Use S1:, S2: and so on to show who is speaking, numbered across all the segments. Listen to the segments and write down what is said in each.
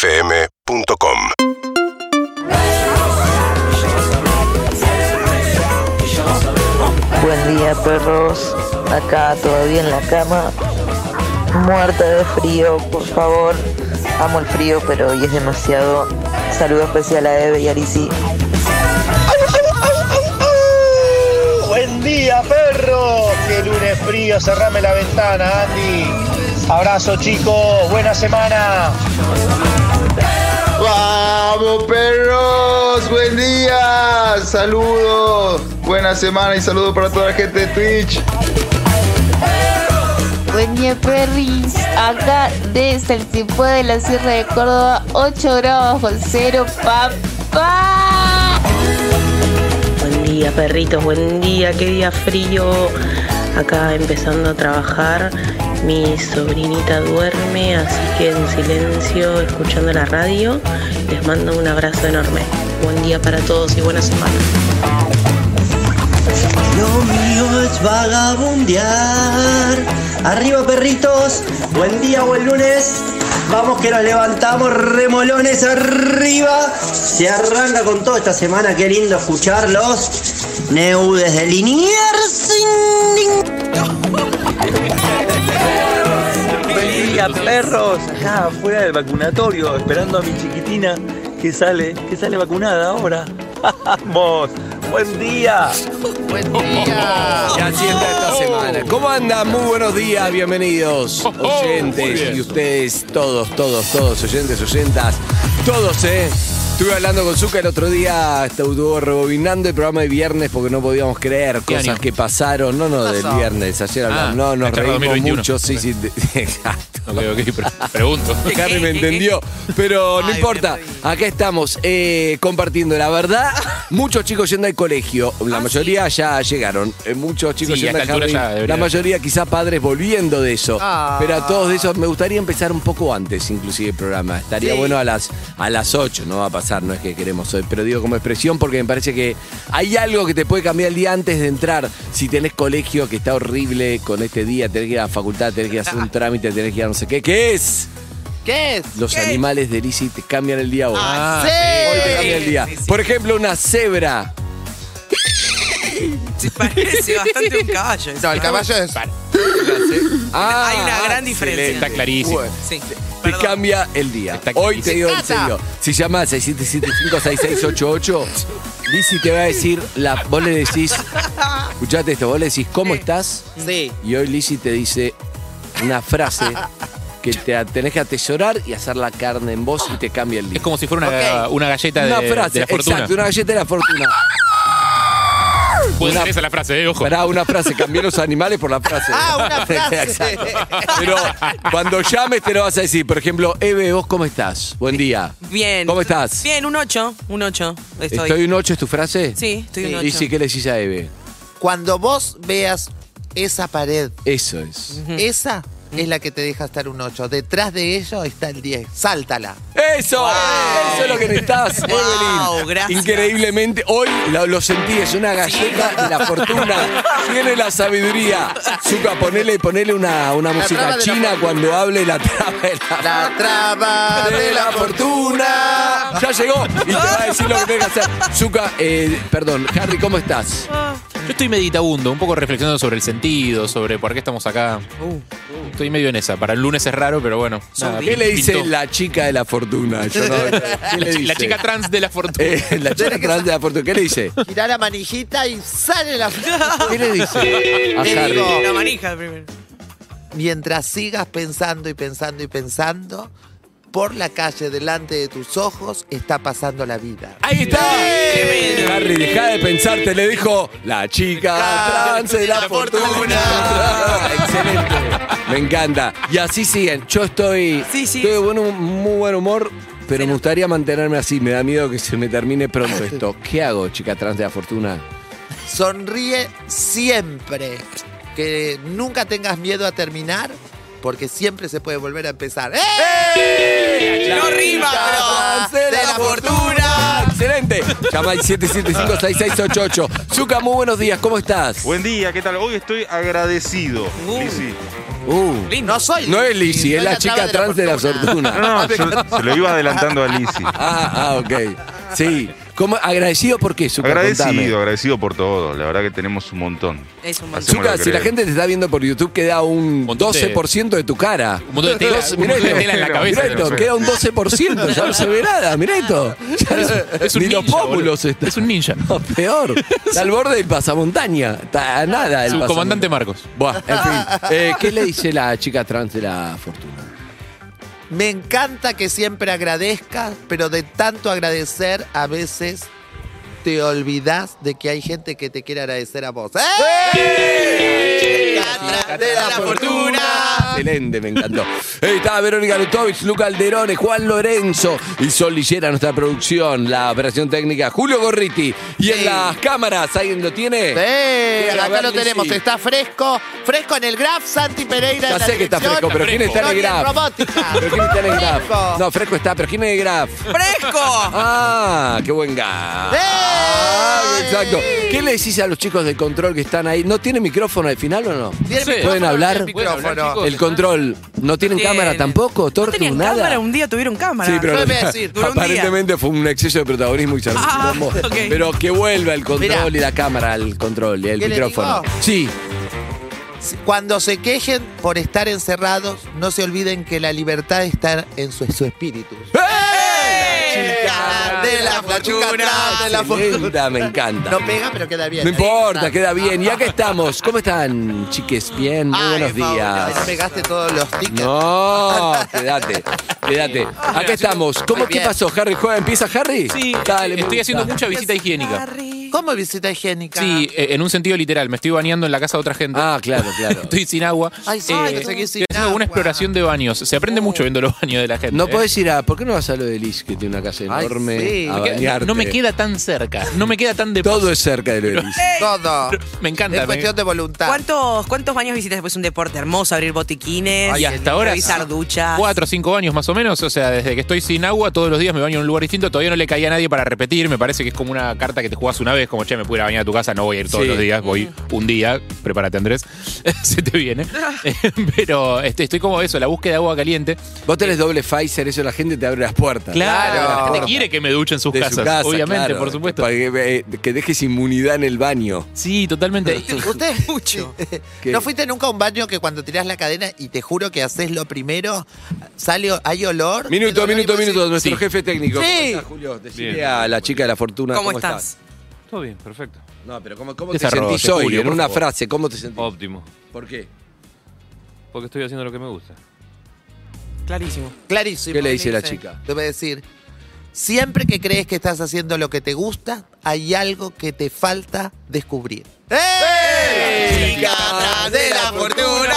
S1: UrbanaPlayFM.com
S2: Buen día perros, acá todavía en la cama, muerta de frío, por favor, amo el frío pero hoy es demasiado. Saludo especial a Eve y Arisi.
S3: Buen día, perro. Que lunes frío, cerrame la ventana, Andy. Abrazo, chicos. Buena semana.
S4: ¡Vamos, perros! ¡Buen día! ¡Saludos! Buena semana y saludos para toda la gente de Twitch.
S5: Buen día, Perris. Acá desde el tipo de la Sierra de Córdoba, 8 grados con cero, papá.
S6: Buen día, perritos, buen día, qué día frío. Acá empezando a trabajar, mi sobrinita duerme, así que en silencio, escuchando la radio, les mando un abrazo enorme. Buen día para todos y buena semana.
S7: Lo mío es vagabundear. Arriba, perritos. Buen día, buen lunes. Vamos que nos levantamos remolones arriba. Se arranca con todo esta semana. Qué lindo escucharlos. Neu desde Liniers.
S8: Buen día, perros, acá afuera del vacunatorio, esperando a mi chiquitina que sale, que sale vacunada ahora. ¡Vamos! ¡Buen día!
S9: Buen día.
S10: Y así está esta
S9: Oh.
S10: semana. ¿Cómo andan? Muy buenos días, bienvenidos,
S9: oh, muy
S10: oyentes
S9: bien.
S10: y ustedes, todos, todos, todos, oyentes, oyentas, todos, ¿eh? Estuve hablando con Zucca el otro día, estuvo rebobinando el programa de viernes porque no podíamos creer
S9: ¿Qué
S10: cosas
S9: año?
S10: que pasaron. No, no, del
S9: pasó?
S10: viernes, ayer hablamos.
S9: Ah,
S10: no, nos
S9: la charla
S10: reímos
S9: 2021.
S10: mucho, sí, sí, de- exacto.
S9: Ok, ok, pre- pregunto.
S10: Harry me entendió, pero no
S11: Ay,
S10: importa. Acá estamos eh, compartiendo. La verdad, muchos chicos yendo al colegio,
S11: Ah,
S10: la mayoría ya llegaron. eh, Muchos chicos
S9: Sí, a
S10: yendo
S9: esta
S10: al
S9: altura
S10: jardín,
S9: ya debería
S10: la
S9: haber.
S10: mayoría quizá padres volviendo de eso.
S11: Ah.
S10: Pero a todos de esos me gustaría empezar un poco antes, inclusive el programa. Estaría
S11: Sí.
S10: bueno a las a las 8, no va a pasar, no es que queremos hoy, pero digo como expresión porque me parece que hay algo que te puede cambiar el día antes de entrar. Si tenés colegio que está horrible con este día, tenés que ir a la facultad, tenés que ir a hacer un trámite, tenés que ir a no sé qué, ¿qué es?
S11: ¿Qué es?
S10: Los
S11: ¿Qué?
S10: animales de Lizzie te cambian el día a vos.
S11: Ah,
S9: sí.
S10: Hoy te cambian el día.
S11: Sí, sí.
S10: Por ejemplo, una cebra.
S11: Sí, parece bastante un caballo. eso,
S12: No, el caballo es.
S10: Ah,
S11: Hay una gran
S10: excelente.
S11: diferencia.
S9: Está clarísimo.
S10: Bueno,
S11: Sí.
S10: te
S11: Perdón.
S10: cambia el día.
S9: Está
S10: Hoy te digo en
S11: ¡Cata!
S10: serio. Si llamas 6775-6688, Lizzie te va a decir, la, vos le decís, escuchate esto, vos le decís, ¿cómo estás?
S11: Sí.
S10: Y hoy Lizzie te dice una frase que te a- tenés que atesorar y hacer la carne en vos y te cambia el día.
S9: Es como si fuera una, una galleta de,
S10: una frase,
S9: de la fortuna.
S10: exacto, una galleta de la fortuna.
S9: Puede
S10: una-
S9: ser esa la frase, eh, ojo.
S10: Pará, una frase, cambié los animales por la frase.
S11: Ah, una frase.
S10: Exacto. Pero cuando llames te lo vas a decir. Por ejemplo, Eve, ¿vos cómo estás? Buen día.
S13: Bien.
S10: ¿Cómo estás?
S13: Bien, un 8. Un 8. Estoy.
S10: ¿Estoy un 8 es tu frase?
S13: Sí, estoy un 8.
S10: ¿Y si qué le decís a Eve?
S12: Cuando vos veas esa pared,
S10: Eso es.
S12: esa es la que te deja estar un 8. Detrás de ello está el 10. Sáltala.
S10: ¡Eso! Eso es lo que necesitas, Evelyn.
S13: gracias.
S10: Increíblemente, hoy lo, lo sentí, es una galleta de la fortuna. Tiene la sabiduría. Zuka, ponele, ponele una, una
S12: traba
S10: música
S12: de la
S10: china cuando hable la traba de la
S12: La traba de la fortuna.
S10: Ya llegó y te va a decir lo que tenés que hacer. Zuka, eh, perdón, Harry, ¿cómo estás?
S9: Yo estoy meditabundo, un poco reflexionando sobre el sentido, sobre por qué estamos acá.
S13: Uh,
S9: Estoy medio en esa. Para el lunes es raro, pero bueno. nada,
S10: ¿Qué le dice
S9: pintó.
S10: la chica de la fortuna? Yo no- ¿qué le
S9: La chi-
S10: dice?
S9: la chica trans de la fortuna?
S10: Eh, la chica trans de la fortuna, ¿qué le dice?
S12: Girá la manijita y sale la.
S10: ¿Qué le dice a
S12: Te
S10: Harry?
S12: digo,
S13: La manija primero.
S12: Mientras sigas pensando y pensando y pensando, por la calle delante de tus ojos está pasando la vida.
S10: ¡Ahí está! Harry, deja de pensarte, le dijo la chica trans de la fortuna. Excelente. Me encanta. Y así siguen. Yo estoy,
S13: Sí, sí.
S10: estoy de buen hum- muy buen humor, pero me gustaría mantenerme así. Me da miedo que se me termine pronto esto. ¿Qué hago, chica trans de la fortuna?
S12: Sonríe siempre. Que nunca tengas miedo a terminar, porque siempre se puede volver a empezar. ¡Eh!
S10: ¡No
S13: rima,
S12: pero de la fortuna.
S10: ¡Excelente! Llama al 775-6688. Zuka, muy buenos días, ¿cómo estás?
S14: Buen día, ¿qué tal? Hoy estoy agradecido,
S13: Uh.
S14: Lizzy.
S10: no soy No es Lizzy, es la chica trans de la fortuna.
S14: No, no, yo se lo iba adelantando a Lizzy.
S10: Ah, ah, ok. Sí. ¿Cómo? Agradecido por qué, Zucca?
S14: agradecido,
S10: Contame.
S14: agradecido por todo. La verdad que tenemos un montón.
S13: Es un
S14: Hacemos lo
S10: Zucca,
S14: que
S10: si la
S14: queremos.
S10: gente te está viendo por YouTube, queda un
S14: Montón de-
S10: 12% de tu cara.
S14: Un montón de tela,
S10: Dos-
S14: un montón de tela en la
S10: mirá este.
S14: cabeza.
S10: esto, queda un 12%, ya no se ve nada, mirá esto. Ya no- ni los pómulos Es un ninja. peor. Está al borde del pasamontaña. Está a nada. El
S9: Su comandante
S10: Marcos. Buah, en fin. Eh, ¿Qué le dice la chica trans de la fortuna?
S12: Me encanta que siempre agradezcas, pero de tanto agradecer a veces te olvidas de que hay gente que te quiere agradecer a vos. ¿eh?
S10: de la fortuna. Excelente, me encantó. Ahí está Verónica Lutovic, Luca Alderone, Juan Lorenzo y Sol Lillera, nuestra producción, la operación técnica, Julio Gorriti. Y en las cámaras, ¿alguien lo tiene?
S12: Eh,
S10: Quiero
S12: acá lo
S10: verle,
S12: tenemos,
S10: sí.
S12: está fresco, fresco en el Graf, Santi Pereira.
S10: Ya
S12: en la
S10: sé que está
S12: dirección.
S10: fresco, pero ¿quién está en el
S12: Gloria
S10: graf?
S12: Robótica.
S10: ¿Pero quién está en el graf? No, fresco está, pero ¿quién es el graf?
S12: ¡Fresco!
S10: Ah, qué buen gas. Ah, Exacto. ¿Qué le decís a los chicos del control que están ahí? ¿No tienen micrófono al final o no?
S12: Tienen Sí.
S10: ¿Pueden
S12: micrófono,
S10: hablar?
S12: tienen Pueden hablar, micrófono. chicos.
S10: El control. ¿No tienen
S13: Tienen.
S10: cámara tampoco? ¿Tortu?
S13: Tenían
S10: ¿Nada?
S13: cámara, un día tuvieron cámara.
S10: Sí, pero
S13: Yo les voy a decir, duró un día.
S10: aparentemente fue un exceso de protagonismo y se armó un
S13: Ah,
S10: quilombo.
S13: ok.
S10: Pero que vuelva el control y la cámara al control y el
S12: ¿Qué le
S10: micrófono.
S12: digo?
S10: Sí.
S12: Cuando se quejen por estar encerrados, no se olviden que la libertad está en su, su espíritu. Chica de la fortuna, de la fortuna.
S10: Excelente, me encanta.
S12: No pega, pero queda bien.
S10: No importa, queda bien. Y acá estamos. ¿Cómo están, chiques? Bien, muy buenos días.
S12: No me gaste todos los tickets.
S10: No, quédate, quédate. Acá estamos. ¿Cómo
S12: Muy
S10: qué
S12: bien.
S10: pasó, Harry? ¿Juega? ¿Empieza Harry?
S9: Sí,
S10: Dale, me
S9: estoy
S10: gusta.
S9: haciendo mucha visita higiénica.
S12: ¿Cómo visita higiénica?
S9: Sí, eh, en un sentido literal, me estoy bañando en la casa de otra gente.
S10: Ah, claro, claro.
S9: estoy sin agua.
S12: Ay, sí,
S9: Eh,
S12: te seguís sin
S9: estoy haciendo una exploración de baños. Se aprende mucho viendo los baños de la gente.
S10: No
S9: eh.
S10: podés ir a. ¿Por qué no vas a lo de Liz, que tiene una casa
S9: Ay,
S10: enorme?
S9: sí.
S10: A
S9: Me queda-
S10: bañarte?
S9: no me queda tan cerca, no me queda tan de
S10: Todo es cerca de lo de Liz.
S12: Todo.
S9: Me encanta.
S12: Es cuestión de voluntad.
S13: ¿Cuántos, ¿Cuántos baños visitas después de un deporte hermoso? Abrir botiquines,
S9: y hasta ahora
S13: revisar duchas.
S9: cuatro o cinco años más o menos, o sea, desde que estoy sin agua todos los días me baño en un lugar distinto, todavía no le caía a nadie para repetir, me parece que es como una carta que te jugás una vez, como che, me pudiera bañar a tu casa, no voy a ir todos
S10: Sí.
S9: los días, voy un día, prepárate Andrés, se te viene. Eh, Pero este, estoy como eso, la búsqueda de agua caliente.
S10: Vos tenés doble Pfizer, eso la gente te abre las puertas.
S9: Claro, la gente
S10: Claro.
S9: quiere que me duche en sus
S10: De
S9: casas,
S10: su casa,
S9: obviamente,
S10: claro.
S9: por supuesto.
S10: Para que, eh, que dejes inmunidad en el baño.
S9: Sí, totalmente.
S12: Usted mucho.
S10: ¿Qué?
S12: ¿No fuiste nunca a un baño que cuando tirás la cadena y te juro que haces lo primero, sale, hay olor?
S10: Minuto, minuto, minuto. Nuestro
S12: Sí.
S10: jefe técnico.
S12: Sí.
S10: ¿Cómo estás, Julio? Decile
S12: Bien.
S10: a la chica de la fortuna. ¿Cómo,
S14: Todo bien, perfecto.
S10: No, pero ¿cómo, cómo
S14: te
S10: te sentís
S14: arrogaste,
S10: hoy?
S14: Julio,
S10: en
S14: por
S10: una
S14: favor?
S10: frase, ¿cómo te sentís?
S14: Óptimo.
S10: ¿Por qué?
S14: Porque estoy haciendo lo que me gusta.
S13: Clarísimo.
S12: Clarísimo.
S10: ¿Qué le dice la chica?
S12: Te voy a decir, siempre que crees que estás haciendo lo que te gusta, hay algo que te falta descubrir.
S10: Chica de la fortuna.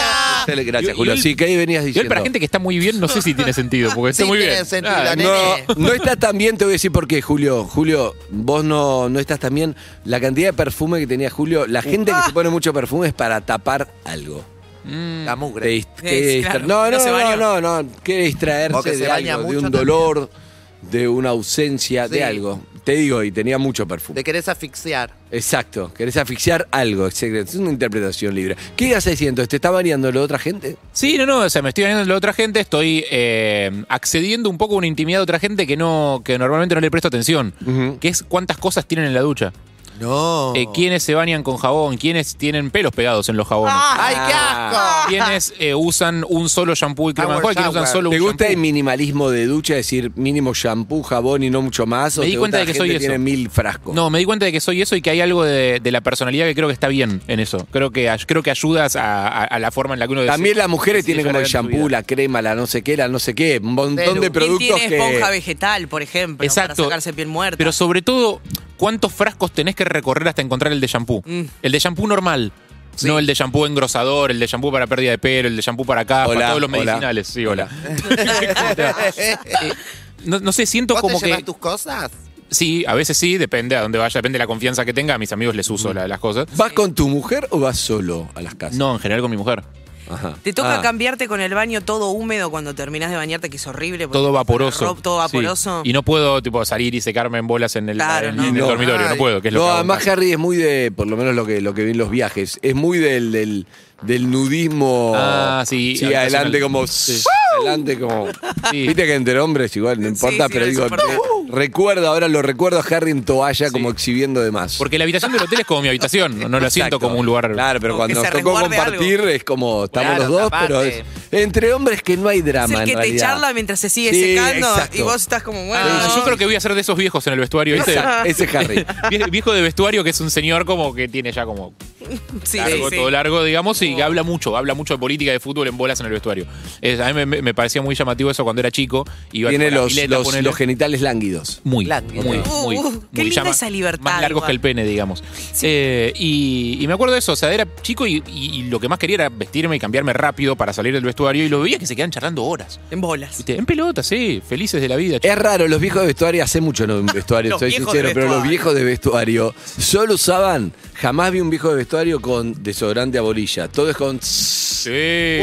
S10: Gracias, Julio. Sí, que ahí venías
S9: Igual
S10: diciendo.
S9: para gente que está muy bien, no sé si tiene sentido, porque está
S12: Sí
S9: muy
S12: tiene
S9: bien.
S12: sentido,
S9: Ah,
S12: nene.
S10: No, no está tan bien, te voy a decir por qué, Julio. Julio, vos no, no estás tan bien. La cantidad de perfume que tenía Julio, la gente
S12: Ah.
S10: que se pone mucho perfume es para tapar algo.
S12: La mugre.
S10: Te dis- que
S12: Sí, Mm. claro,
S10: distra- No,
S12: no se
S10: no,
S12: bañó.
S10: no, no, no. Quiere distraerse
S12: O que se
S10: de
S12: baña
S10: algo, de
S12: mucho
S10: un
S12: también.
S10: dolor, de una ausencia,
S12: Sí.
S10: de algo. Te digo, y tenía mucho perfume.
S12: Te querés asfixiar.
S10: Exacto, querés asfixiar algo, etc. Es una interpretación libre. ¿Qué ibas diciendo? ¿Te está variando lo de otra gente?
S9: Sí, no, no, o sea, me estoy bañando en la otra gente, estoy eh, accediendo un poco a una intimidad de otra gente que no, que normalmente no le presto atención, que es cuántas cosas tienen en la ducha.
S12: No.
S9: Eh, ¿Quiénes se bañan con jabón? ¿Quiénes tienen pelos pegados en los jabones?
S12: ¡Ay, qué asco!
S9: ¿Quiénes eh, usan un solo shampoo y crema
S10: Power
S9: en cual? ¿Quiénes usan
S10: shower.
S9: solo un
S10: ¿Te gusta el
S9: shampoo?
S10: minimalismo de ducha? Es decir, mínimo shampoo, jabón y no mucho más. ¿O
S9: Me di
S10: te
S9: cuenta
S10: gusta
S9: de
S10: la
S9: que soy
S10: gente
S9: eso.
S10: tiene mil frascos.
S9: No, me di cuenta de que soy eso y que hay algo de, de la personalidad que creo que está bien en eso. Creo que, ay- creo que ayudas a, a- a la forma en la que uno...
S10: También las mujeres tienen
S9: tienen
S10: como el shampoo, la crema, la no sé qué, la no sé qué. Un montón de
S13: ¿Quién
S10: productos
S13: tiene esponja
S10: que...
S13: vegetal, por ejemplo,
S9: Exacto.
S13: para sacarse piel muerta?
S9: Pero sobre todo, ¿cuántos frascos tenés que recorrer hasta encontrar el de shampoo?
S13: Mm.
S9: El de shampoo normal. No el de shampoo engrosador, el de shampoo para pérdida de pelo, el de shampoo para acá,
S10: Hola,
S9: para todos los
S10: hola.
S9: medicinales. Sí, hola. Eh, No, no sé, siento
S12: ¿Vos
S9: como
S12: te llevas
S9: que.
S12: tus cosas?
S9: Sí, a veces sí, depende a dónde vaya, depende de la confianza que tenga. A mis amigos les uso la- las cosas.
S10: ¿Vas con tu mujer o vas solo a las casas?
S9: No, en general con mi mujer.
S10: Ajá.
S13: Te toca
S9: Ah.
S13: cambiarte con el baño todo húmedo cuando terminas de bañarte, que es horrible. porque
S9: Todo
S13: te pasa la
S9: vaporoso.
S13: ropa, todo
S9: Sí.
S13: vaporoso.
S9: Y no puedo tipo salir y secarme en bolas en el,
S13: Claro,
S9: en
S13: no.
S9: el
S10: No.
S9: dormitorio, no puedo, que es lo
S10: No,
S9: que hago.
S10: además Harry es muy de, por lo menos lo que, lo que vi en los viajes, es muy del, del del nudismo.
S9: Ah, sí,
S10: Sí, adelante
S9: habitacional.
S10: como.
S9: Sí.
S10: Adelante como. Viste que entre hombres igual, no importa,
S9: sí,
S10: pero
S9: no
S10: digo.
S9: importa.
S10: eh, Recuerdo, ahora lo recuerdo a Harry en toalla como exhibiendo de más.
S9: Porque la habitación del hotel es como mi habitación, no la siento como un lugar.
S10: Claro, pero
S9: Como que
S10: cuando nos
S9: se
S10: tocó
S9: resguarde
S10: compartir es como estamos
S9: Claro,
S10: los dos,
S9: tapate.
S10: pero es entre hombres que no hay
S6: Es
S10: drama
S6: el
S10: en
S6: que te
S10: realidad.
S6: charla mientras se sigue
S10: Sí,
S6: secando
S10: exacto.
S6: y vos estás como, bueno.
S9: Ah, yo creo que voy a ser de esos viejos en el vestuario, ¿viste?
S10: Exacto, ese es Harry.
S9: Vie- Viejo de vestuario que es un señor como que tiene ya como
S6: Sí,
S9: largo,
S6: sí.
S9: todo largo, digamos, y que habla mucho, habla mucho de política, de fútbol en bolas en el vestuario. Es- a mí me- me, me parecía muy llamativo eso cuando era chico. Iba
S10: Tiene
S9: tipo a la
S10: los,
S9: pileta,
S10: los-
S9: ponele.
S10: los genitales lánguidos.
S9: Muy,
S10: Lánguidos.
S9: muy,
S6: Uh,
S9: muy,
S6: uh, qué
S9: muy
S6: linda
S9: llama-
S6: esa libertad.
S9: más largos
S6: igual.
S9: que el pene, digamos. Eh, y, y me acuerdo de eso, o sea, era chico y, y- y lo que más quería era vestirme y cambiarme rápido para salir del vestuario y lo veía que se quedan charlando horas.
S6: En bolas.
S9: ¿Viste? En pelotas, sí, felices de la vida.
S10: Es raro, los viejos de vestuario, hace mucho no en vestuario,
S9: Los
S10: soy
S9: viejos
S10: sincero,
S9: de
S10: pero los
S9: vestuario.
S10: viejos de vestuario solo usaban, jamás vi un viejo de vestuario con desodorante a bolilla, todo es con...
S9: Sí.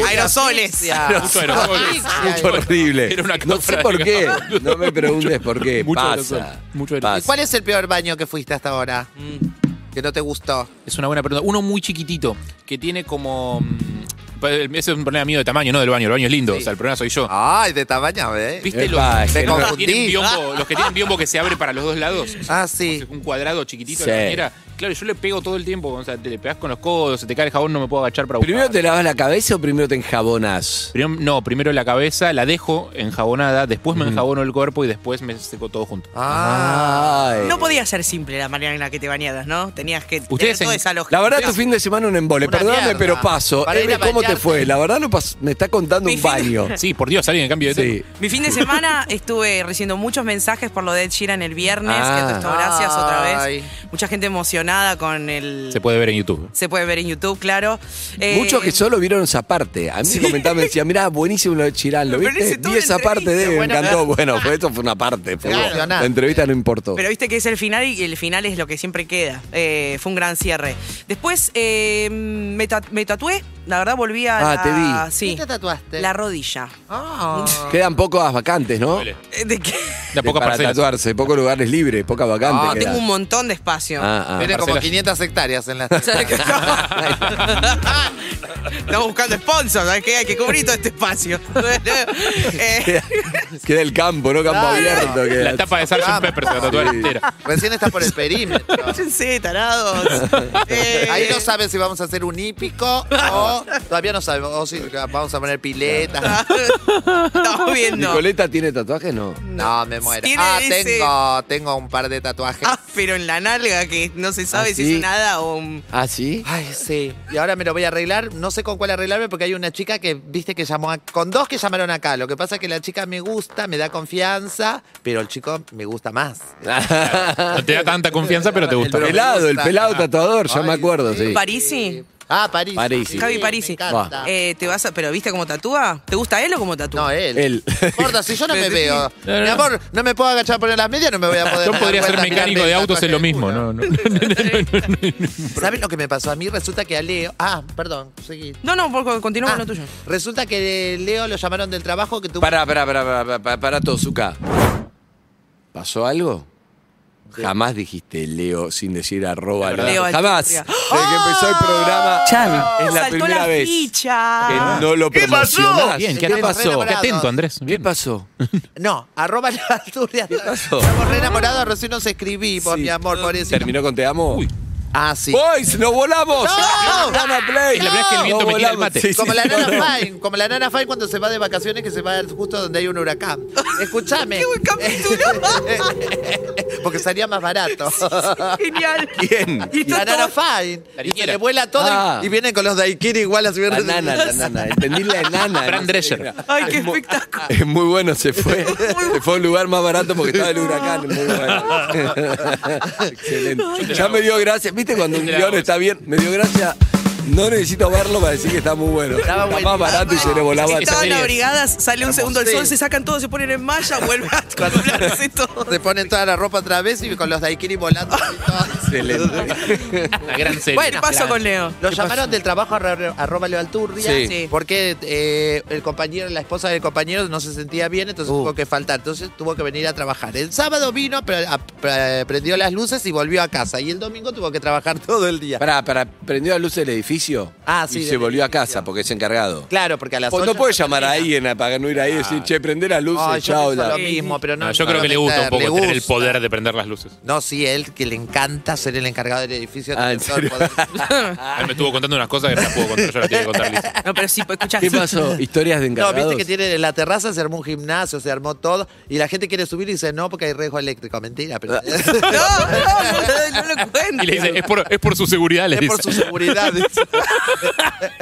S6: Aerosoles.
S9: Mucho aerosoles.
S10: Mucho horrible. no sé por qué, no me preguntes por qué,
S9: Mucho aerosol,
S10: pasa. pasa.
S3: ¿Y cuál es el peor baño que fuiste hasta ahora? Que no te gustó.
S9: Es una buena pregunta. Uno muy chiquitito, que tiene como. mm, pa- Ese es un problema mío de tamaño, no del baño. El baño es lindo. O sea, el problema soy yo.
S3: Ay, de tamaño, ¿eh?
S9: ¿Viste los,
S3: Epa,
S9: los
S3: te
S9: que
S3: confundí.
S9: tienen biombo, los que tienen biombo que se abre para los dos lados?
S3: Ah, sí.
S9: Un cuadrado chiquitito
S10: Sí.
S9: de la bañera. Claro, yo le pego todo el tiempo. O sea, te le pegas con los codos, se te cae el jabón, no me puedo agachar para buscar.
S10: ¿Primero te lavas la cabeza o primero te enjabonas?
S9: Primero- no, primero la cabeza, la dejo enjabonada, después me enjabono el cuerpo y después me seco todo junto.
S10: Ay.
S6: No podía ser simple la manera en la que te bañabas, ¿no? Tenías que
S10: Ustedes
S6: tener toda
S10: en-
S6: esa lógica.
S10: la verdad tu fin de semana un embole,
S6: Una
S10: perdóname,
S6: mierda.
S10: pero paso.
S6: Para ir
S10: Eve,
S6: a
S10: ¿Cómo te
S6: bañarte.
S10: fue? La verdad no pas- me está contando un baño.
S9: Sí, por Dios, alguien en cambio de
S10: Sí.
S6: Mi fin de semana estuve recibiendo muchos mensajes por lo de Ed Sheeran el viernes,
S9: Ah.
S6: que esto gracias otra
S9: Ay.
S6: vez. Mucha gente emocionada con el...
S9: Se puede ver en YouTube.
S6: Se puede ver en YouTube, claro. Eh,
S10: Muchos que solo vieron esa parte. A mí me comentaban, me decían, mirá, buenísimo lo de Chirán, ¿lo
S6: Pero
S10: viste?
S6: hice toda
S10: eh, Vi
S6: la
S10: esa parte de Eve, me
S6: entrevista,
S10: encantó.
S6: bueno.
S10: Bueno, pues eso fue una parte. fue-
S6: Claro.
S10: la entrevista no importó.
S6: Pero viste que es el final y el final es lo que siempre queda. Eh, fue un gran cierre. Después eh, me, ta- me tatué, la verdad volví a...
S10: Ah,
S6: la-
S10: te vi.
S6: Sí.
S3: ¿Qué te tatuaste?
S6: La rodilla.
S10: Quedan pocas vacantes, ¿no?
S6: Eh, ¿De qué?
S10: De-
S9: pocas
S10: para
S9: parcelas.
S10: tatuarse, pocos lugares libres, pocas vacantes.
S6: Ah,
S10: quedan.
S6: tengo un montón de espacio.
S10: Ah, ah. Tiene como Parcelas.
S3: 500 hectáreas en la
S6: Estamos buscando sponsors, ¿sabes qué? Hay que cubrir todo este espacio. Eh,
S10: Queda, queda el campo, ¿no? Campo
S6: Claro.
S10: abierto. queda.
S9: La tapa de Sgt. Pepper se la tatuó
S10: Sí.
S9: entera.
S3: Recién está por el perímetro.
S6: Cállense, tarados. Eh,
S3: Ahí no saben si vamos a hacer un hípico o todavía no sabemos. O si vamos a poner piletas.
S6: Estamos viendo.
S10: ¿Nicoleta tiene tatuajes? No.
S3: No, me muero.
S6: Tiene
S3: Ah,
S6: ese-
S3: tengo, tengo un par de tatuajes.
S6: Ah, pero en la nalga que no se sabe
S3: ¿Ah,
S6: si
S3: sí?
S6: es nada o un...
S10: ¿Ah, sí?
S3: Ay, sí. Y ahora me lo voy a arreglar. No sé con cuál arreglarme porque hay una chica que, viste, que llamó. a- con dos que llamaron acá. Lo que pasa es que la chica me gusta, me da confianza, pero el chico me gusta más.
S9: No te da tanta confianza, pero te gusta.
S10: El pelado, el pelado tatuador, ya me acuerdo, sí.
S6: Parisi.
S3: Ah, Parisi.
S10: Parisi.
S6: Javi Parisi.
S10: me encanta.
S6: Eh, te vas a- pero viste cómo tatúa? ¿Te gusta él o cómo tatúa? No,
S3: él.
S10: Él.
S3: Gorda, si yo no me
S6: Pero-
S3: veo.
S6: No, no,
S3: Mi
S6: no.
S3: amor, no me puedo agachar por las medias, no me voy a poder.
S9: Yo
S3: dar
S9: podría ser
S3: vuelta,
S9: mecánico
S3: mirarme
S9: de
S3: el
S9: autos, es lo
S3: tatuaje.
S9: mismo. No, no.
S3: ¿Saben lo que me pasó a mí? Resulta que a Leo. Ah, perdón, seguí.
S6: No, no, por-
S12: Ah,
S6: continúa con lo tuyo.
S3: Resulta que Leo lo llamaron del trabajo que tuvo.
S10: Pará, pará, pará, pará, pará, pará, pará todo, Zuka. ¿Pasó algo? Jamás dijiste Leo sin decir arroba. Leo.
S6: Leo
S10: Jamás. Desde
S6: Alchurria.
S10: que empezó el programa, es la
S6: Saltó
S10: primera
S6: la
S10: vez
S6: ficha.
S10: que no lo
S9: ¿Qué pasó?
S10: promocionás.
S9: Bien, qué atento, qué atento, Andrés.
S10: ¿Qué pasó?
S3: No, arroba Leo Asturias. ¿Qué
S10: pasó?
S3: Estamos re enamorados, recién nos escribimos,
S10: Sí.
S3: mi amor, pobrecito.
S10: ¿Terminó con Te Amo?
S3: Ah, sí. Ah.
S10: ¡Boys, nos volamos!
S3: ¡No!
S10: ¡Gana Play!
S9: Es la primera vez que el viento
S10: Nos
S9: me tira el
S10: volamos.
S9: mate.
S10: Sí, sí,
S3: Como la
S10: sí,
S3: nana
S10: no, no.
S3: Fine, como la nana Fine cuando se va de vacaciones que se va justo donde hay un huracán. Escúchame. ¡Qué buen
S12: Eh,
S3: Porque salía más barato.
S6: Genial.
S10: ¿Quién?
S6: Y
S3: la
S6: todo-
S3: nana Fine. Y se le vuela todo y-
S10: Ah.
S3: y, vienen con los daiquiri igual a subir
S10: La nana, la nana. Entendí la enana.
S9: Fran Drescher.
S6: Ay, qué espectáculo.
S10: Es muy bueno, se fue. Se fue a un lugar más barato porque estaba el huracán. Muy bueno. Excelente. Ya me dio gracias. ¿Viste cuando un
S9: te la
S10: guión
S9: hago.
S10: está bien? Me dio gracias. No necesito verlo para decir que está muy bueno. Está más barato y se le volaba todo.
S6: Estaban abrigadas, sale un segundo el sol, se sacan todos, se ponen en malla, vuelven a colgarse todo.
S3: Se ponen toda la ropa otra vez y con los daiquiri volando. y todo.
S10: Excelente.
S9: Una gran serie.
S6: Bueno, ¿qué pasó con Leo?
S3: Lo llamaron del trabajo arro- arroba Leo Alturria
S10: Sí.
S6: Sí.
S3: porque eh, el compañero, la esposa del compañero no se sentía bien, entonces tuvo que faltar. Entonces tuvo que venir a trabajar. El sábado vino, pero a- pre- prendió las luces y volvió a casa. Y el domingo tuvo que trabajar todo el día.
S10: Pará, pará, prendió la luz del servicio
S12: Ah, sí,
S10: y se
S12: del
S10: volvió a casa porque es encargado.
S12: Claro, porque a las
S10: Pues no
S12: ocho
S10: puedes
S12: se
S10: llamar a alguien a- para no ir ahí y decir, che, prende las luces,
S12: Ay,
S9: Ah,
S12: yo
S10: chao.
S12: pienso
S10: la-
S12: lo mismo, pero no.
S9: No, yo creo que le gusta un poco tener el poder de prender las luces.
S12: No, sí, él que le encanta ser el encargado del edificio.
S9: Ah, ¿en
S12: tener todo el
S9: serio?
S12: poder.
S9: Él Ah, me estuvo contando unas cosas que no las puedo contar, yo las tenía que contar Lisa.
S13: No, pero sí, pues, escuchá.
S10: ¿Qué pasó? ¿Historias de
S12: No,
S10: encargados?
S12: viste que tiene en la terraza se armó un gimnasio, se armó todo y la gente quiere subir y dice no porque hay riesgo eléctrico. Mentira, pero.
S9: Y le dice, es por, es por su seguridad, le
S12: Es
S9: dice.
S12: por su seguridad.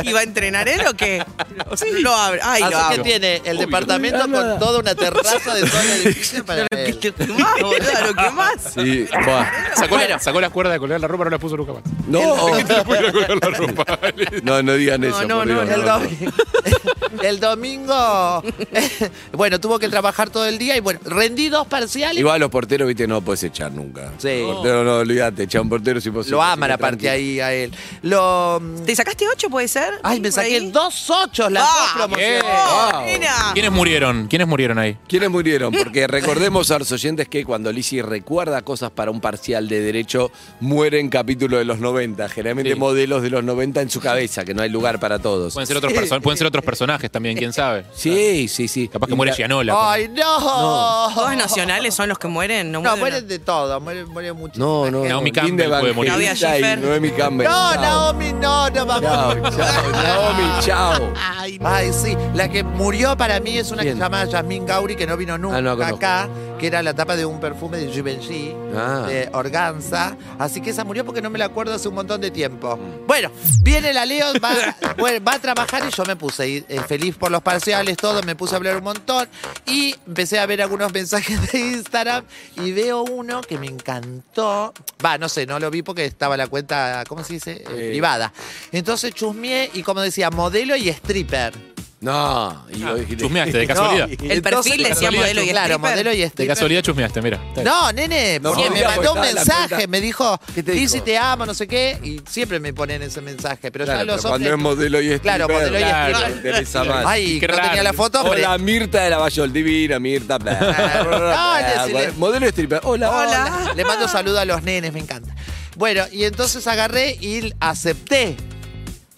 S13: ¿Iba a entrenar él o qué? No lo abre. Ay, lo
S12: Así
S13: abro.
S12: que tiene el departamento con toda una terraza de todo el edificio para él.
S13: Más, boludo, lo que más.
S10: Sí, buah.
S9: Sacó, la, sacó la cuerda de colgar la ropa, no la puso nunca más.
S10: No,
S9: Te la puso a colgar la ropa.
S10: no, no digan eso.
S12: no,
S10: por
S12: no,
S10: Dios,
S12: el, domingo, el domingo, bueno, tuvo que trabajar todo el día y bueno, rendí dos parciales.
S10: Igual los porteros, viste, no puedes echar nunca.
S12: Sí.
S10: Portero, no, olvídate, echar un portero si posible.
S12: Lo aman
S10: Sigue
S12: aparte
S10: tranquilo.
S12: ahí a él. Lo,
S13: ¿Te sacaste ocho, puede ser?
S12: ay, me
S13: Por
S12: saqué
S13: ahí.
S12: dos ochos las
S13: Ah,
S12: dos
S9: Eh,
S12: promociones.
S13: Oh, nena.
S9: ¿Quiénes murieron? ¿Quiénes murieron ahí?
S10: ¿Quiénes murieron? Porque recordemos a los oyentes que cuando Lisi recuerda cosas para un parcial de derecho, muere en capítulo de los 90. Generalmente
S9: Sí.
S10: modelos de los 90 en su cabeza, que no hay lugar para todos.
S9: Pueden ser, otros perso- pueden ser otros personajes también, quién sabe.
S10: Sí, sí, sí.
S9: Capaz que muere Gianola.
S12: Ay, no.
S13: ¿Todos nacionales son los que mueren? No,
S12: No,
S13: mueren.
S12: mueren de todo, mueren, mueren mucho.
S10: No, no,
S9: Naomi
S10: no.
S9: Campbell
S10: Lindemann,
S9: puede morir.
S10: Angelita
S13: Claudia Schiffer.
S10: y Naomi Campbell.
S12: No,
S10: Chao.
S12: Naomi, no, no vamos.
S10: Chao, chao, Naomi, chao.
S12: Ay, no. Ay, sí. La que murió para mí es una
S10: Bien.
S12: que se llama Yasmín Gauri, que no vino nunca
S10: Ah, no, conozco.
S12: acá, que era la tapa de un perfume de Givenchy, Eh,
S10: Ah.
S12: de Organza. Así que esa murió porque no me la acuerdo hace un montón de tiempo. Bueno, viene la Leo, va, bueno, va a trabajar y yo me puse y, eh, feliz por los parciales, todo, me puse a hablar un montón y empecé a ver algunos mensajes de Instagram y veo uno que me encantó. Va, no sé, no lo vi porque estaba la cuenta, ¿cómo se dice? Eh,
S10: Eh.
S12: privada. Entonces chusmeé y como decía, modelo y stripper.
S10: No, y lo dijiste.
S9: Chusmeaste, de casualidad.
S10: No,
S9: De
S10: y-
S13: El perfil
S12: Entonces,
S13: decía
S9: casualidad,
S13: modelo y
S12: claro,
S13: stripper.
S12: modelo y stripper.
S9: casualidad chusmeaste, mira.
S12: No, nene,
S10: No,
S12: porque me
S10: porque
S12: mandó un
S10: estaba en la
S12: mensaje,
S10: cuenta.
S12: me dijo,
S10: pues, ¿Qué te
S12: Lizzy
S10: dijo?
S12: te amo, no sé qué, y siempre me ponen ese mensaje, pero
S10: Claro,
S12: ya los
S10: pero cuando es
S12: hombres...
S10: modelo y
S12: Claro,
S10: stripper,
S12: modelo y
S10: claro,
S12: stripper.
S10: te interesa más.
S12: Ay,
S9: Qué
S12: no tenía
S9: raro.
S12: la foto, pero...
S10: Hola, Mirta de la Bayol, divina Mirta. bla, bla, bla, bla,
S12: decile-
S10: bla. Modelo y stripper. Hola, hola.
S12: Le mando saludo a los nenes, me encanta. Bueno, y entonces agarré y acepté.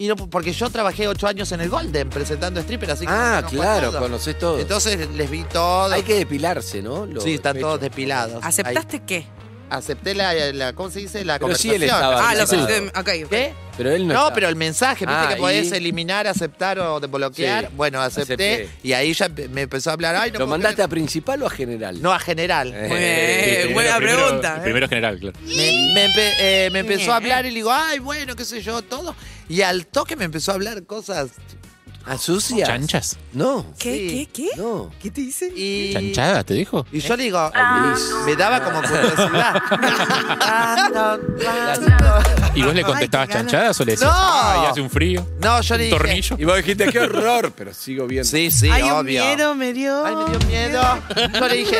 S12: Y no, porque yo trabajé ocho años en el Golden presentando stripper, así que...
S10: Ah,
S12: conozco a
S10: claro,
S12: todos.
S10: conoces todo.
S12: Entonces les vi todo.
S10: Hay que depilarse, ¿no? Los
S12: sí, están
S10: pechos.
S12: todos depilados.
S13: ¿Aceptaste qué?
S12: Ahí. Acepté la, la- ¿Cómo se dice? La
S10: Pero sí,
S12: conversación.
S10: él estaba.
S13: Ah, lo
S10: depilado.
S13: acepté. Ok, ok.
S12: ¿Qué?
S10: Pero él no.
S12: No,
S10: estaba.
S12: pero el mensaje, viste
S10: Ah,
S12: que podés
S10: y-
S12: eliminar, aceptar o desbloquear.
S10: Sí,
S12: bueno, acepté,
S10: acepté.
S12: y ahí ya empe- me empezó a hablar. Ay, no
S10: ¿Lo
S12: puedo
S10: mandaste
S12: creer.
S10: a principal o a general?
S12: No, a general.
S10: Eh,
S13: Muy bien, buena
S9: primero,
S13: pregunta.
S9: el
S13: ¿eh?
S9: Primero es general, claro.
S12: Me, me empe- eh, me empezó a hablar y le digo, ay, bueno, qué sé yo, todo. Y al toque me empezó a hablar cosas.
S10: ¿A sucias?
S9: ¿Chanchas?
S10: No.
S13: ¿Qué,
S12: Sí.
S13: qué, qué?
S10: No.
S13: ¿Qué te dice?
S12: Y,
S9: ¿Chanchada, te dijo?
S12: y yo le digo,
S10: Ah.
S12: me daba como curiosidad.
S9: ¿Y vos le contestabas chanchadas o le decías,
S12: No.
S9: ay, hace un frío?
S12: no, yo le
S9: ¿Un
S12: dije.
S9: tornillo?
S10: Y vos dijiste, qué horror, pero sigo viendo.
S12: Sí, sí,
S13: Ay, un
S12: obvio.
S13: miedo me dio.
S12: Ay, me dio miedo. Yo le dije,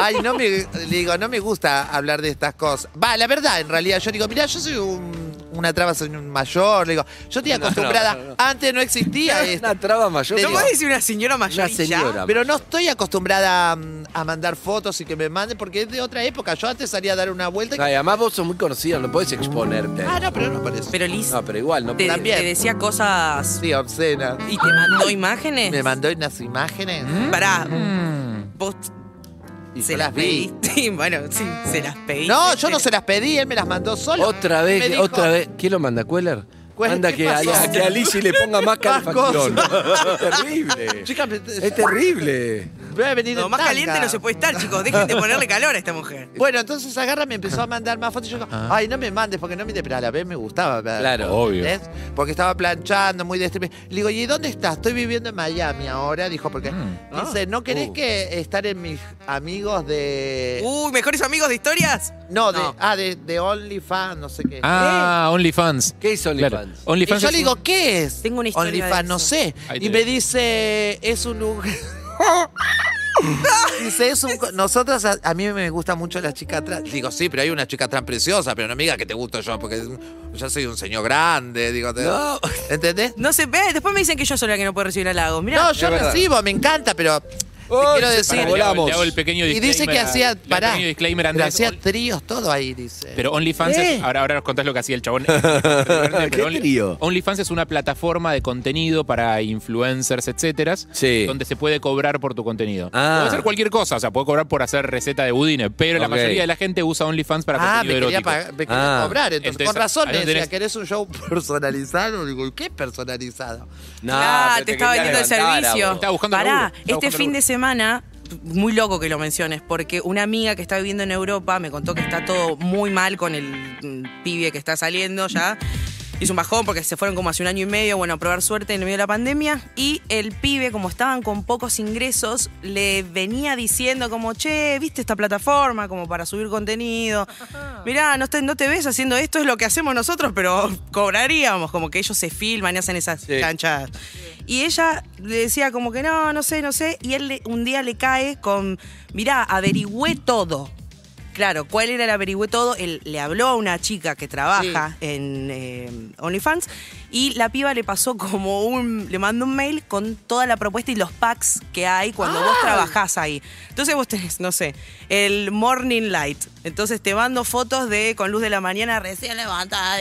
S12: ay, no me, le digo, no me gusta hablar de estas cosas. Va, la verdad, en realidad, yo digo, mira, yo soy un- una traba, soy un mayor. Le digo, yo estoy acostumbrada,
S10: no, no, no.
S12: antes no existía esto.
S10: Una traba mayor.
S12: Te
S13: ¿No
S12: digo,
S13: vos decís una señora mayor
S10: Una
S13: y ya?
S10: señora.
S12: Pero no estoy acostumbrada mm, a, mandar fotos y que me manden, porque es de otra época. Yo antes salía a dar una vuelta. y-
S10: Ay, además vos sos muy conocida, no podés exponerte.
S12: Ah, no, pero no parece.
S13: Pero Liz,
S10: No, pero igual, no
S13: te,
S10: podés.
S12: también.
S13: te decía cosas
S12: Sí, obscena.
S13: y te mandó imágenes.
S12: Me mandó unas imágenes.
S13: Pará, vos
S12: Y
S13: se
S12: yo
S13: las pediste. Bueno, sí, se las pediste.
S12: No, yo no
S13: pero-
S12: se las pedí, él me las mandó solo.
S10: Otra
S12: Me
S10: vez,
S12: dijo,
S10: otra vez. ¿Quién lo manda, Queller?
S12: Queller,
S10: Manda
S12: ¿qué
S10: que a,
S12: pasó?
S10: a que a Lizzy le ponga más calefacción. Es terrible.
S12: Chicas, me-
S10: Es terrible.
S12: voy a venir
S13: No,
S12: en
S13: más
S12: tanga.
S13: caliente no se puede estar, chicos. Dejen de ponerle calor a esta mujer.
S12: Bueno, entonces agarra, me empezó a mandar más fotos. Y yo, digo,
S9: Ah.
S12: ay, no me mandes porque no me. Pero a la vez me gustaba. ver,
S10: Claro.
S9: Obvio.
S12: ¿entendés? Porque estaba planchando, muy de stripper. Le digo, ¿y dónde estás? Estoy viviendo en Miami ahora. Dijo, porque.
S9: Mm.
S3: Ah.
S12: Dice, ¿no querés
S10: Uh.
S12: que estar en mis amigos de.
S13: Uy, mejores amigos de historias. Eh,
S12: no, de.
S13: no.
S12: Ah, de, de OnlyFans, no sé qué.
S9: Ah, OnlyFans.
S10: ¿Qué hizo
S9: Claro.
S10: OnlyFans?
S12: Y
S9: OnlyFans
S12: yo
S9: es
S12: le digo, ¿qué es?
S13: Tengo una historia
S12: OnlyFans,
S13: de
S12: no
S13: eso.
S12: sé.
S9: Ahí te
S12: Y
S9: veo.
S12: me dice, es un lugar. Dice, es un. co- Nosotras, a, a mí me gusta mucho la chica trans. Digo, sí, pero hay una chica trans preciosa, pero no me diga que te gusto yo, porque yo soy un señor grande. Digo, te-
S10: No.
S12: ¿entendés?
S13: No se ve. Después me dicen que yo soy la que no puede recibir halagos. Mirá.
S12: No, yo
S10: Es verdad.
S12: recibo, me encanta, pero te quiero
S9: Once,
S12: decir.
S9: pará, le hago- le hago el pequeño
S12: y dice que
S9: disclaimer.
S12: hacía,
S9: Le hago el
S12: pará,
S9: pequeño disclaimer
S12: pero
S9: antes.
S12: hacía tríos todo ahí, dice.
S9: Pero OnlyFans,
S12: ¿Qué?
S9: es- ahora, ahora nos contás lo que hacía el chabón. Pero
S10: ¿Qué
S9: Only-
S10: trío?
S9: OnlyFans es una plataforma de contenido para influencers, etcétera, donde se puede cobrar por tu contenido.
S10: Ah.
S9: Puede ser cualquier cosa, o sea, puede cobrar por hacer receta de budines, pero la
S10: Ok.
S9: mayoría de la gente usa OnlyFans para
S12: Ah, me
S9: contenido
S12: quería,
S9: erótico. Ah.
S12: pagar- me quería cobrar, entonces, con razón
S9: ahí
S12: le
S9: no
S12: decía,
S9: tenés-
S12: ¿querés un show personalizado? Digo, ¿qué personalizado?
S10: No,
S13: Ah,
S12: pero
S13: te
S12: te
S13: estaba
S12: quería
S13: vendiendo el
S12: levantar,
S13: servicio.
S12: vos. Estaba buscando
S13: Pará,
S12: laburo, estaba
S13: este
S12: buscando
S13: fin
S12: laburo.
S13: de semana, muy loco que lo menciones, porque una amiga que está viviendo en Europa me contó que está todo muy mal con el mm, pibe que está saliendo ya. Hizo un bajón porque se fueron como hace un año y medio, bueno, a probar suerte en el medio de la pandemia. Y el pibe, como estaban con pocos ingresos, le venía diciendo como, che, ¿viste esta plataforma como para subir contenido? Mirá, no te, no te ves haciendo esto, es lo que hacemos nosotros, pero cobraríamos, como que ellos se filman y hacen esas canchas. Y ella le decía como que no, no sé, no sé. Y él le- un día le cae con, mirá, averigüé todo. Claro, ¿cuál era el averigüé todo? Él le habló a una chica que trabaja en eh, OnlyFans y la piba le pasó como un, le mandó un mail con toda la propuesta y los packs que hay cuando vos trabajás ahí. Entonces vos tenés, no sé, el morning light. Entonces te mando fotos de con luz de la mañana recién levantada.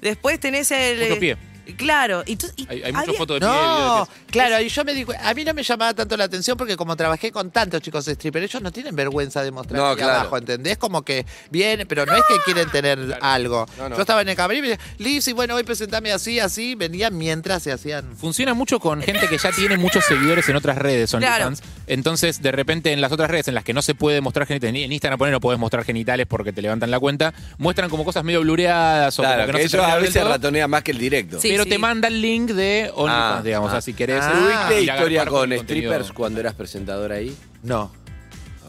S13: Después tenés el...
S9: Mucho pie.
S13: Claro, y, tú- y
S9: Hay, hay muchas
S13: había-
S9: fotos de pie.
S12: No,
S9: videos de
S12: claro, y yo me digo, a mí no me llamaba tanto la atención porque como trabajé con tantos chicos strippers, ellos no tienen vergüenza de mostrar
S10: No,
S12: ahí
S10: claro.
S12: abajo, ¿entendés? Como que vienen, pero no es que quieren tener algo.
S10: No, no.
S12: Yo estaba en el camerino y me decía, Liz, bueno, hoy presentame así, así, venían mientras se hacían.
S9: pie. Funciona mucho con gente que ya tiene muchos seguidores en otras redes, OnlyFans. Entonces, de repente, en las otras redes en las que no se puede mostrar genitales, ni en Instagram poner no podés mostrar genitales porque te levantan la cuenta, muestran como cosas medio blureadas o
S10: Claro,
S9: como que no
S10: que
S9: se
S10: ellos a
S9: terminan del
S10: veces
S9: todo.
S10: ratonea más que el directo.
S9: pero te manda el link de OnlyFans,
S10: ah,
S9: digamos, así si querés.
S10: ¿Tuviste
S9: ir a
S10: historia
S9: garpar
S10: con
S9: contenido.
S10: strippers cuando eras presentador ahí?
S12: No.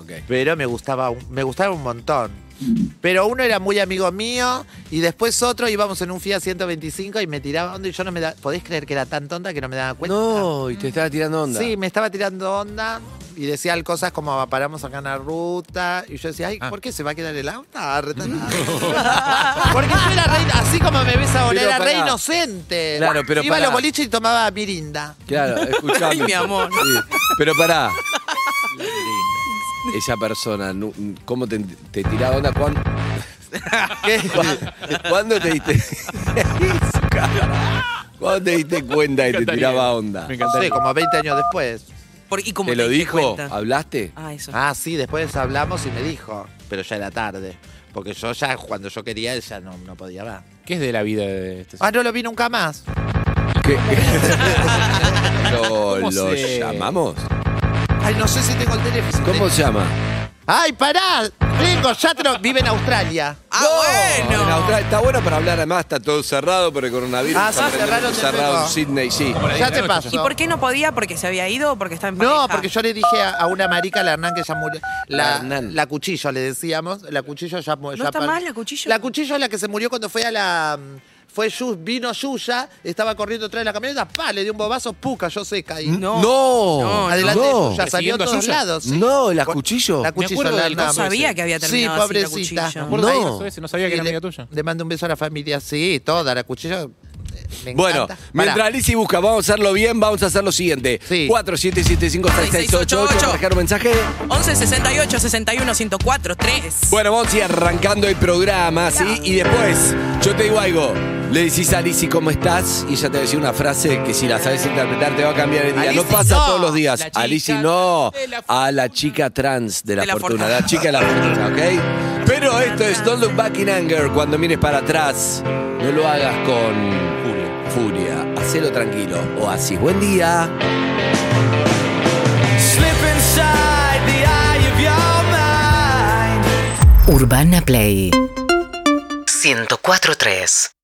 S10: Ok.
S12: Pero me gustaba, un- me gustaba un montón. Pero uno era muy amigo mío y después otro íbamos en un Fiat 125 y me tiraba onda y yo no me da, podés creer que era tan tonta que no me daba cuenta.
S10: No, y te estaba tirando onda.
S12: Sí, me estaba tirando onda y decía cosas como "Ah, paramos acá en la ruta y yo decía,
S10: Ah.
S12: ay, ¿por qué se va a quedar el auto? Ah, retarado. Porque yo era re, así como me ves ahora,
S10: Pero
S12: era re
S10: pará.
S12: inocente.
S10: Claro, pero
S12: Iba a
S10: pará.
S12: los boliches y tomaba mirinda.
S10: Claro, escuchame.
S12: Ay, mi amor.
S10: Sí, Pero pará. Esa persona, nu- ¿cómo te, te tiraba onda? ¿Cuándo, ¿Cuándo, cuándo te diste? Su cara. ¿Cuándo te diste cuenta que te tiraba onda?
S12: No sé, como 20 años después.
S13: Por- y como
S10: ¿Te lo
S13: diste
S10: dijo?
S13: cuenta.
S10: ¿Hablaste?
S13: Ah, eso.
S12: Ah, sí, después hablamos y me dijo, pero ya era tarde. Porque yo ya, cuando yo quería, ella no, no podía más.
S9: ¿Qué es de la vida de este
S12: Ah, no lo vi nunca más.
S10: ¿Qué- qué- ¿Lo,
S12: ¿Cómo
S10: lo
S12: se-
S10: llamamos?
S12: Ay, no sé si tengo el teléfono.
S10: ¿Cómo se llama?
S12: Ay, pará. Tengo, ya te lo- vive en Australia.
S10: bueno! está bueno para hablar, además está todo cerrado por el coronavirus.
S12: Ah, sí,
S10: Está
S12: cerraron
S10: cerrado
S12: de
S10: en Sydney, sí.
S12: Ya te paso.
S13: ¿Y por qué no podía? ¿Porque se había ido o porque estaba en pareja?
S12: No, porque yo le dije a, a una marica, la Hernán, que ya murió. La,
S10: Hernán.
S12: la cuchillo, le decíamos. La cuchillo ya murió.
S13: ¿No está más la cuchillo?
S12: La cuchillo es la que se murió cuando fue a la. mm, Fue Yu- vino Yuya, estaba corriendo atrás de la camioneta, pa, le dio un bobazo, puca, yo sé, caí.
S10: No. No,
S12: Adelante, de
S10: no.
S12: Yuya, salió a
S10: Persiguiendo a
S12: todos
S10: Yuya.
S12: lados. sí.
S10: No, la cuchillo.
S12: La cuchillo, la
S13: del- no
S12: Hernán.
S13: sabía que había terminado
S12: Sí,
S13: así la
S12: pobrecita.
S13: Cuchillo.
S12: Me acuerdo
S10: No.
S12: ahí.
S10: Eso
S9: es, no sabía
S12: Sí,
S9: que era
S12: le-
S9: amiga tuya.
S12: Le mando un beso a la familia, sí, toda, la cuchillo. eh, me
S10: Bueno,
S12: encanta. Pará.
S10: mientras Lizzy busca, vamos a hacerlo bien, vamos a hacer lo siguiente. 47756688 para dejar un mensaje.
S13: 11 68 61 104 3.
S10: Bueno, vamos a ir arrancando el programa, ¿sí? Y después, yo te digo algo. Le decís a Lizzy cómo estás y ella te va a decir una frase que si la sabes interpretar te va a cambiar el día.
S13: A
S10: no
S13: Lizzy,
S10: pasa
S13: no.
S10: todos los días.
S13: La
S10: A Lizzy no. A la chica trans de la
S13: De la
S10: fortuna.
S13: fortuna.
S10: La chica de la fortuna, ¿ok? Pero esto es Don't Look Back in Anger. Cuando mires para atrás, no lo hagas con furia. Hacelo tranquilo. O así. Buen día.
S15: Slip inside the eye of your mind.
S16: Urbana Play 104.3